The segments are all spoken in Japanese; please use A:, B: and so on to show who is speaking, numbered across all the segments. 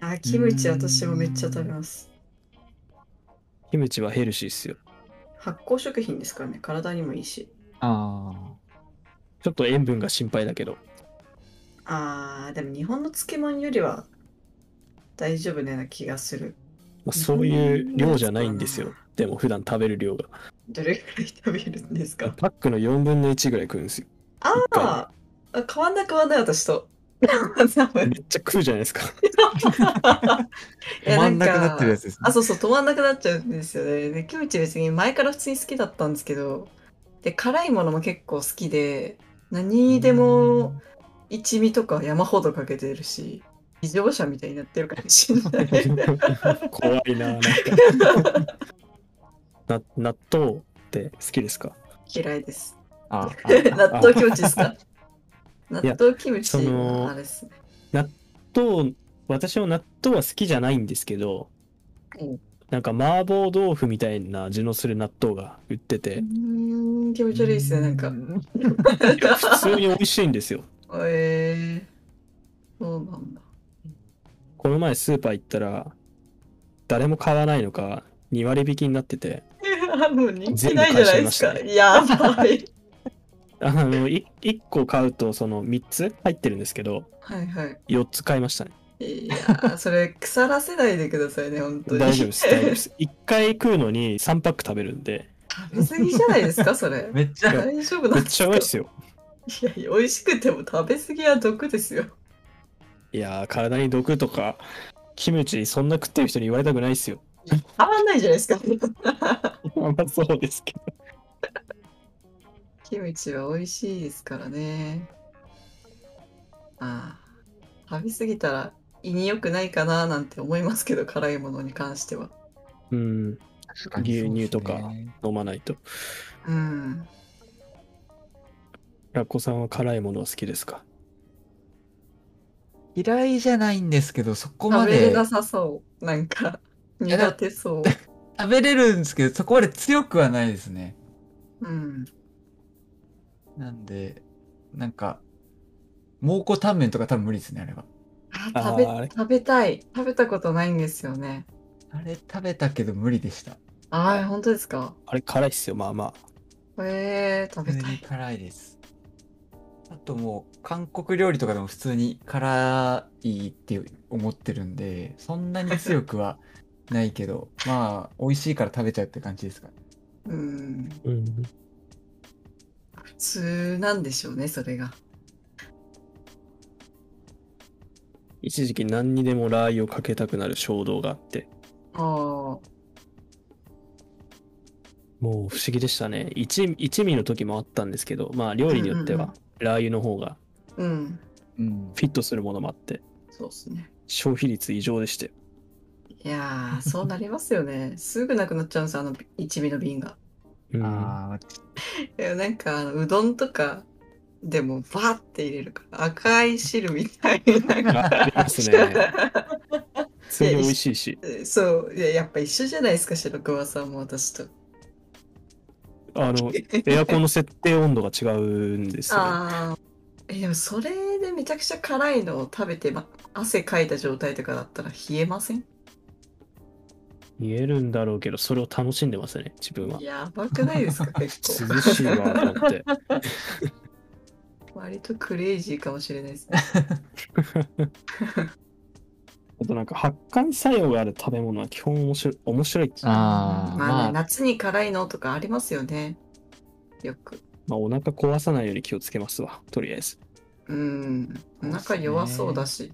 A: あ、キムチ私もめっちゃ食べます。
B: キムチはヘルシーっすよ。
A: 発酵食品ですからね、体にもいいし。
B: ああ。ちょっと塩分が心配だけど。
A: あー、でも日本の漬物よりは大丈夫なような気がする。
B: まあ、そういう量じゃないんですよ。でも普段食べる量が。
A: どれくらい食べるんです
B: パ
A: か
B: ックの4分の1ぐらい食うんですよ。
A: あ
B: 一回
A: あー、変わんない変わんない私と。 多
B: め
A: 分
B: っちゃ食うじゃない ですか。
A: いや
C: 止まんなくなってるやつですね
A: あ、。そうそう、止まんなくなっちゃうんですよね。で、キムチ別に前から普通に好きだったんですけど、で、辛いものも結構好きで、何でも一味とか山ほどかけてるし、異常者みたいになってるかもしれない。
B: 怖いな、なんか。な納豆って好きですか
A: 嫌いです。
C: ああ
A: 納豆キムチですか納
B: いや
A: 豆キムチ
B: その
A: はあれですね。
B: 納豆、私も納豆は好きじゃないんですけど、
A: うん
B: なんか麻婆豆腐みたいな味のする納豆が売って
A: う
B: て、
A: ーん、気持ち悪いですね、なんか。
B: いや普 通に美味しいんですよ。
A: えー、そうなんだ。
B: この前スーパー行ったら、誰も買わないのか、2割引きになってて、
A: もう人気ないじゃないですか。
B: 全
A: やばい。
B: あの、1個買うと、その3つ入ってるんですけど、
A: はいはい。
B: 4つ買いましたね。
A: いやー、それ腐らせないでくださいね、本当に。
B: 大丈夫です、大丈夫で
A: 食
B: す。1回 食うのに3パック食べるんで、
A: べ過ぎじゃないですか、それ。
C: めっちゃ
A: 大丈夫な
B: め
A: ん
B: っ
A: です
B: ち
A: か
B: ゃ美味しいですよ。
A: いやいや、美味しくても食べ過ぎは毒ですよ。
B: いやー、体に毒とか、キムチ、そんな食ってる人に言われたくないですよ。
A: 変わんないじゃないですか。
B: まあそうですけど。
A: キムチは美味しいですからね。ああ、食べ過ぎたら胃に良くないかななんて思いますけど、辛いものに関しては。
B: うん、牛乳とか飲まないと。
A: うん。
B: ラッコさんは辛いものは好きですか
C: 嫌いじゃないんですけど、そこま
A: 食べれ
C: で
A: なさそう。なんか、
C: やだ
A: 苦手そう。
C: 食べれるんですけど、そこまで強くはないですね。
A: うん。
C: なんで、なんか、蒙古タンメンとか多分無理ですね、あれは。
A: あ食べ
B: あれ
A: 食べたい。食べたことないんですよね。
C: あれ食べたけど無理でした。
A: ああ、本当ですか。
B: あれ辛いっすよ、まあま
A: えー、
C: 普
A: 食べ
C: 通
A: た
C: に
A: い。
C: 辛いです。あともう、韓国料理とかでも普通に辛いって思ってるんで、そんなに強くはないけど、 まあ、美味しいから食べちゃうって感じですかね。
A: うん。
B: あ。うん。
A: 普通なんでしょうね、それが。
B: 一時期何にでもラー油をかけたくなる衝動があって、
A: ああ。
B: もう不思議でしたね。一一味の時もあったんですけど、まあ料理によって
A: うん
B: は、ラー油の方が
A: うん。
C: うん。
B: フィットするものもあって、
A: そうですね。
B: 消費率異常でしたよ。
A: いやー、そうなりますよね。すぐなくなっちゃうんですよ、あの一味の瓶が。
B: うん、
C: ああ、
A: いやなんか、あのうどんとかでもバーって入れるから、赤い汁みたい な。
B: あります ね。普通に美味しいし。
A: そういや、やっぱ一緒じゃないですか、白熊さんも私 と。
B: あの、エアコンの設定温度が違うんですよね。
A: ああ。えでもそれでめちゃくちゃ辛いのを食べて、ま、汗かいた状態とかだったら冷えません
B: 見えるんだろうけど、それを楽しんでますね、自分は。
A: やばくないですか結構。
B: 涼しいわと思 って。
A: 割とクレイジーかもしれないですね。
B: あとなんか発汗作用がある食べ物は基本面白い面白いって
A: まあ
C: あー
A: ね、
C: まあ
A: 夏に辛いのとかありますよね。よく。
B: まあ、お腹壊さないように気をつけますわ、とりあえず。
A: うん。お
C: そうっすね
A: 腹弱そうだし、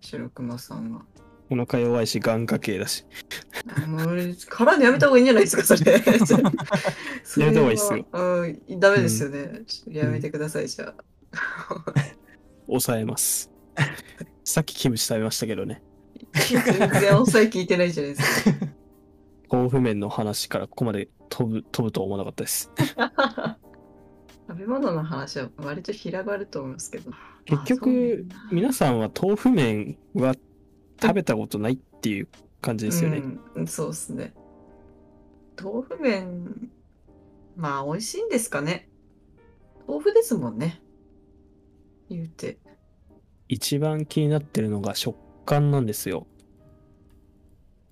A: 白熊さんは。
B: お腹弱いし、眼科系だし。
A: あもう俺辛いのやめた方がいいんじゃないですか、それ。それ
B: やめた
A: は
B: 方がいいっすよ
A: うん、ダメですよね。ちょっとやめてください、じゃあ。
B: 抑えます。 さっきキムチ食べましたけどね。
A: 全然おさえ聞いてないじゃないですか。
B: 豆腐麺の話からここまで飛ぶ飛ぶとは思わなかったです。
A: 食べ物の話は割と広がると思いますけど。
B: 結
A: あ、
B: 局
A: そうなんだ
B: 皆さんは豆腐麺は食べたことないっていう感じですよね。
A: うん、そうですね。豆腐麺、まあ美味しいんですかね。豆腐ですもんね。言うて。
B: 一番気になってるのが食感なんですよ。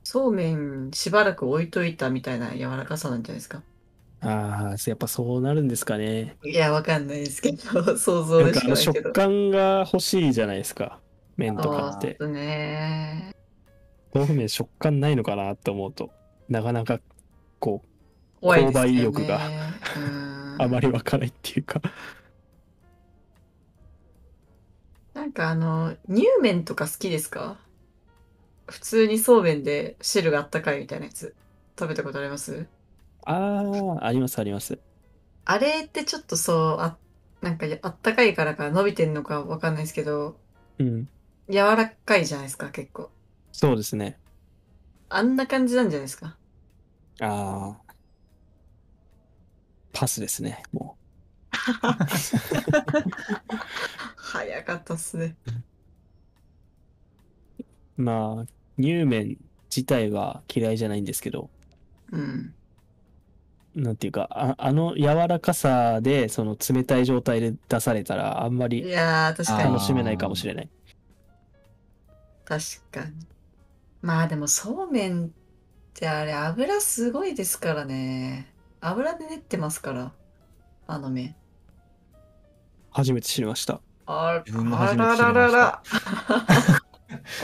A: そうめんしばらく置いといたみたいな柔らかさなんじゃないですか
B: ああ、やっぱそうなるんですかね。
A: いや、わかんないですけ ど、想像
B: な
A: で
B: ん
A: しか
B: かあ
A: な
B: の
A: いけ
B: 食
A: ど。
B: 感が欲しいじゃないですか。麺とかっ
A: そう
B: て。
A: ですね。
B: 豆腐麺食感ないのかなと思うと、なかなかこ
A: 怖いですよね。
B: 購買意欲が
A: うん
B: う、あまり湧かないっていうか。
A: なんかあの、乳麺とか好きですか普通にそうめんで汁があったかいみたいなやつ。食べたことあります
B: ああ、ありますあります。
A: あれってちょっとそう、あ、なんかあったかいからか伸びてんのかわかんないですけど、
B: うん。
A: 柔らかいじゃないですか、結構。
B: そうですね。
A: あんな感じなんじゃないですか。
B: ああ。パスですね、も
A: 早かったっすね。
B: う。まあ、乳麺自体は嫌いじゃないんですけど、
A: うん。
B: なんていうか、ああの柔らかさで、その冷たい状態で出されたら、あんま
A: い
B: り
A: やー、確かに
B: 楽。しめないかもしれない。
A: 確かに。まあでもそうめんってあれ油すごいですからね。油で練ってますから。あの麺。
B: 初めて知りました。
A: あ
C: 自分も
A: あ
C: 初めて
A: ら
C: 知りました
A: ららら。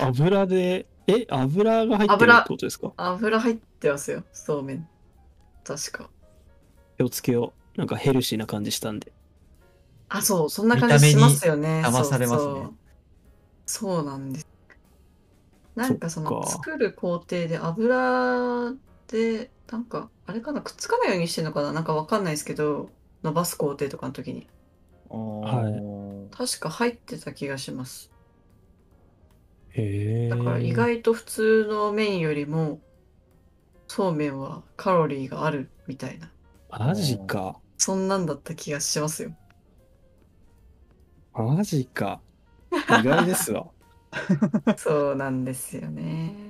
B: 油で、え、油が入ってる
A: 油
B: ってことですか
A: 油入ってますよ。そうめん。確か。
B: 気をつけよう。なんかヘルシーな感じしたんで。
A: あ、そう。そんな感じしますよね。
C: 見た目に騙されま
A: そ
C: すね
A: うそうそうなんです。なんかそ
B: そっ
A: の
B: か
A: 作る工程で油で、なんかあれかな、くっつかないようにしてるのかななんかわかんないですけど、伸ばす工程とかの時に。
C: は
A: 確か入ってた気がします。
B: へえ。
A: だから意外と普通の麺よりも、そうめんはカロリーがあるみたいな。
B: マジか。
A: そんなんだった気がしますよ。
B: マジか。意外ですわ。
A: そうなんですよね。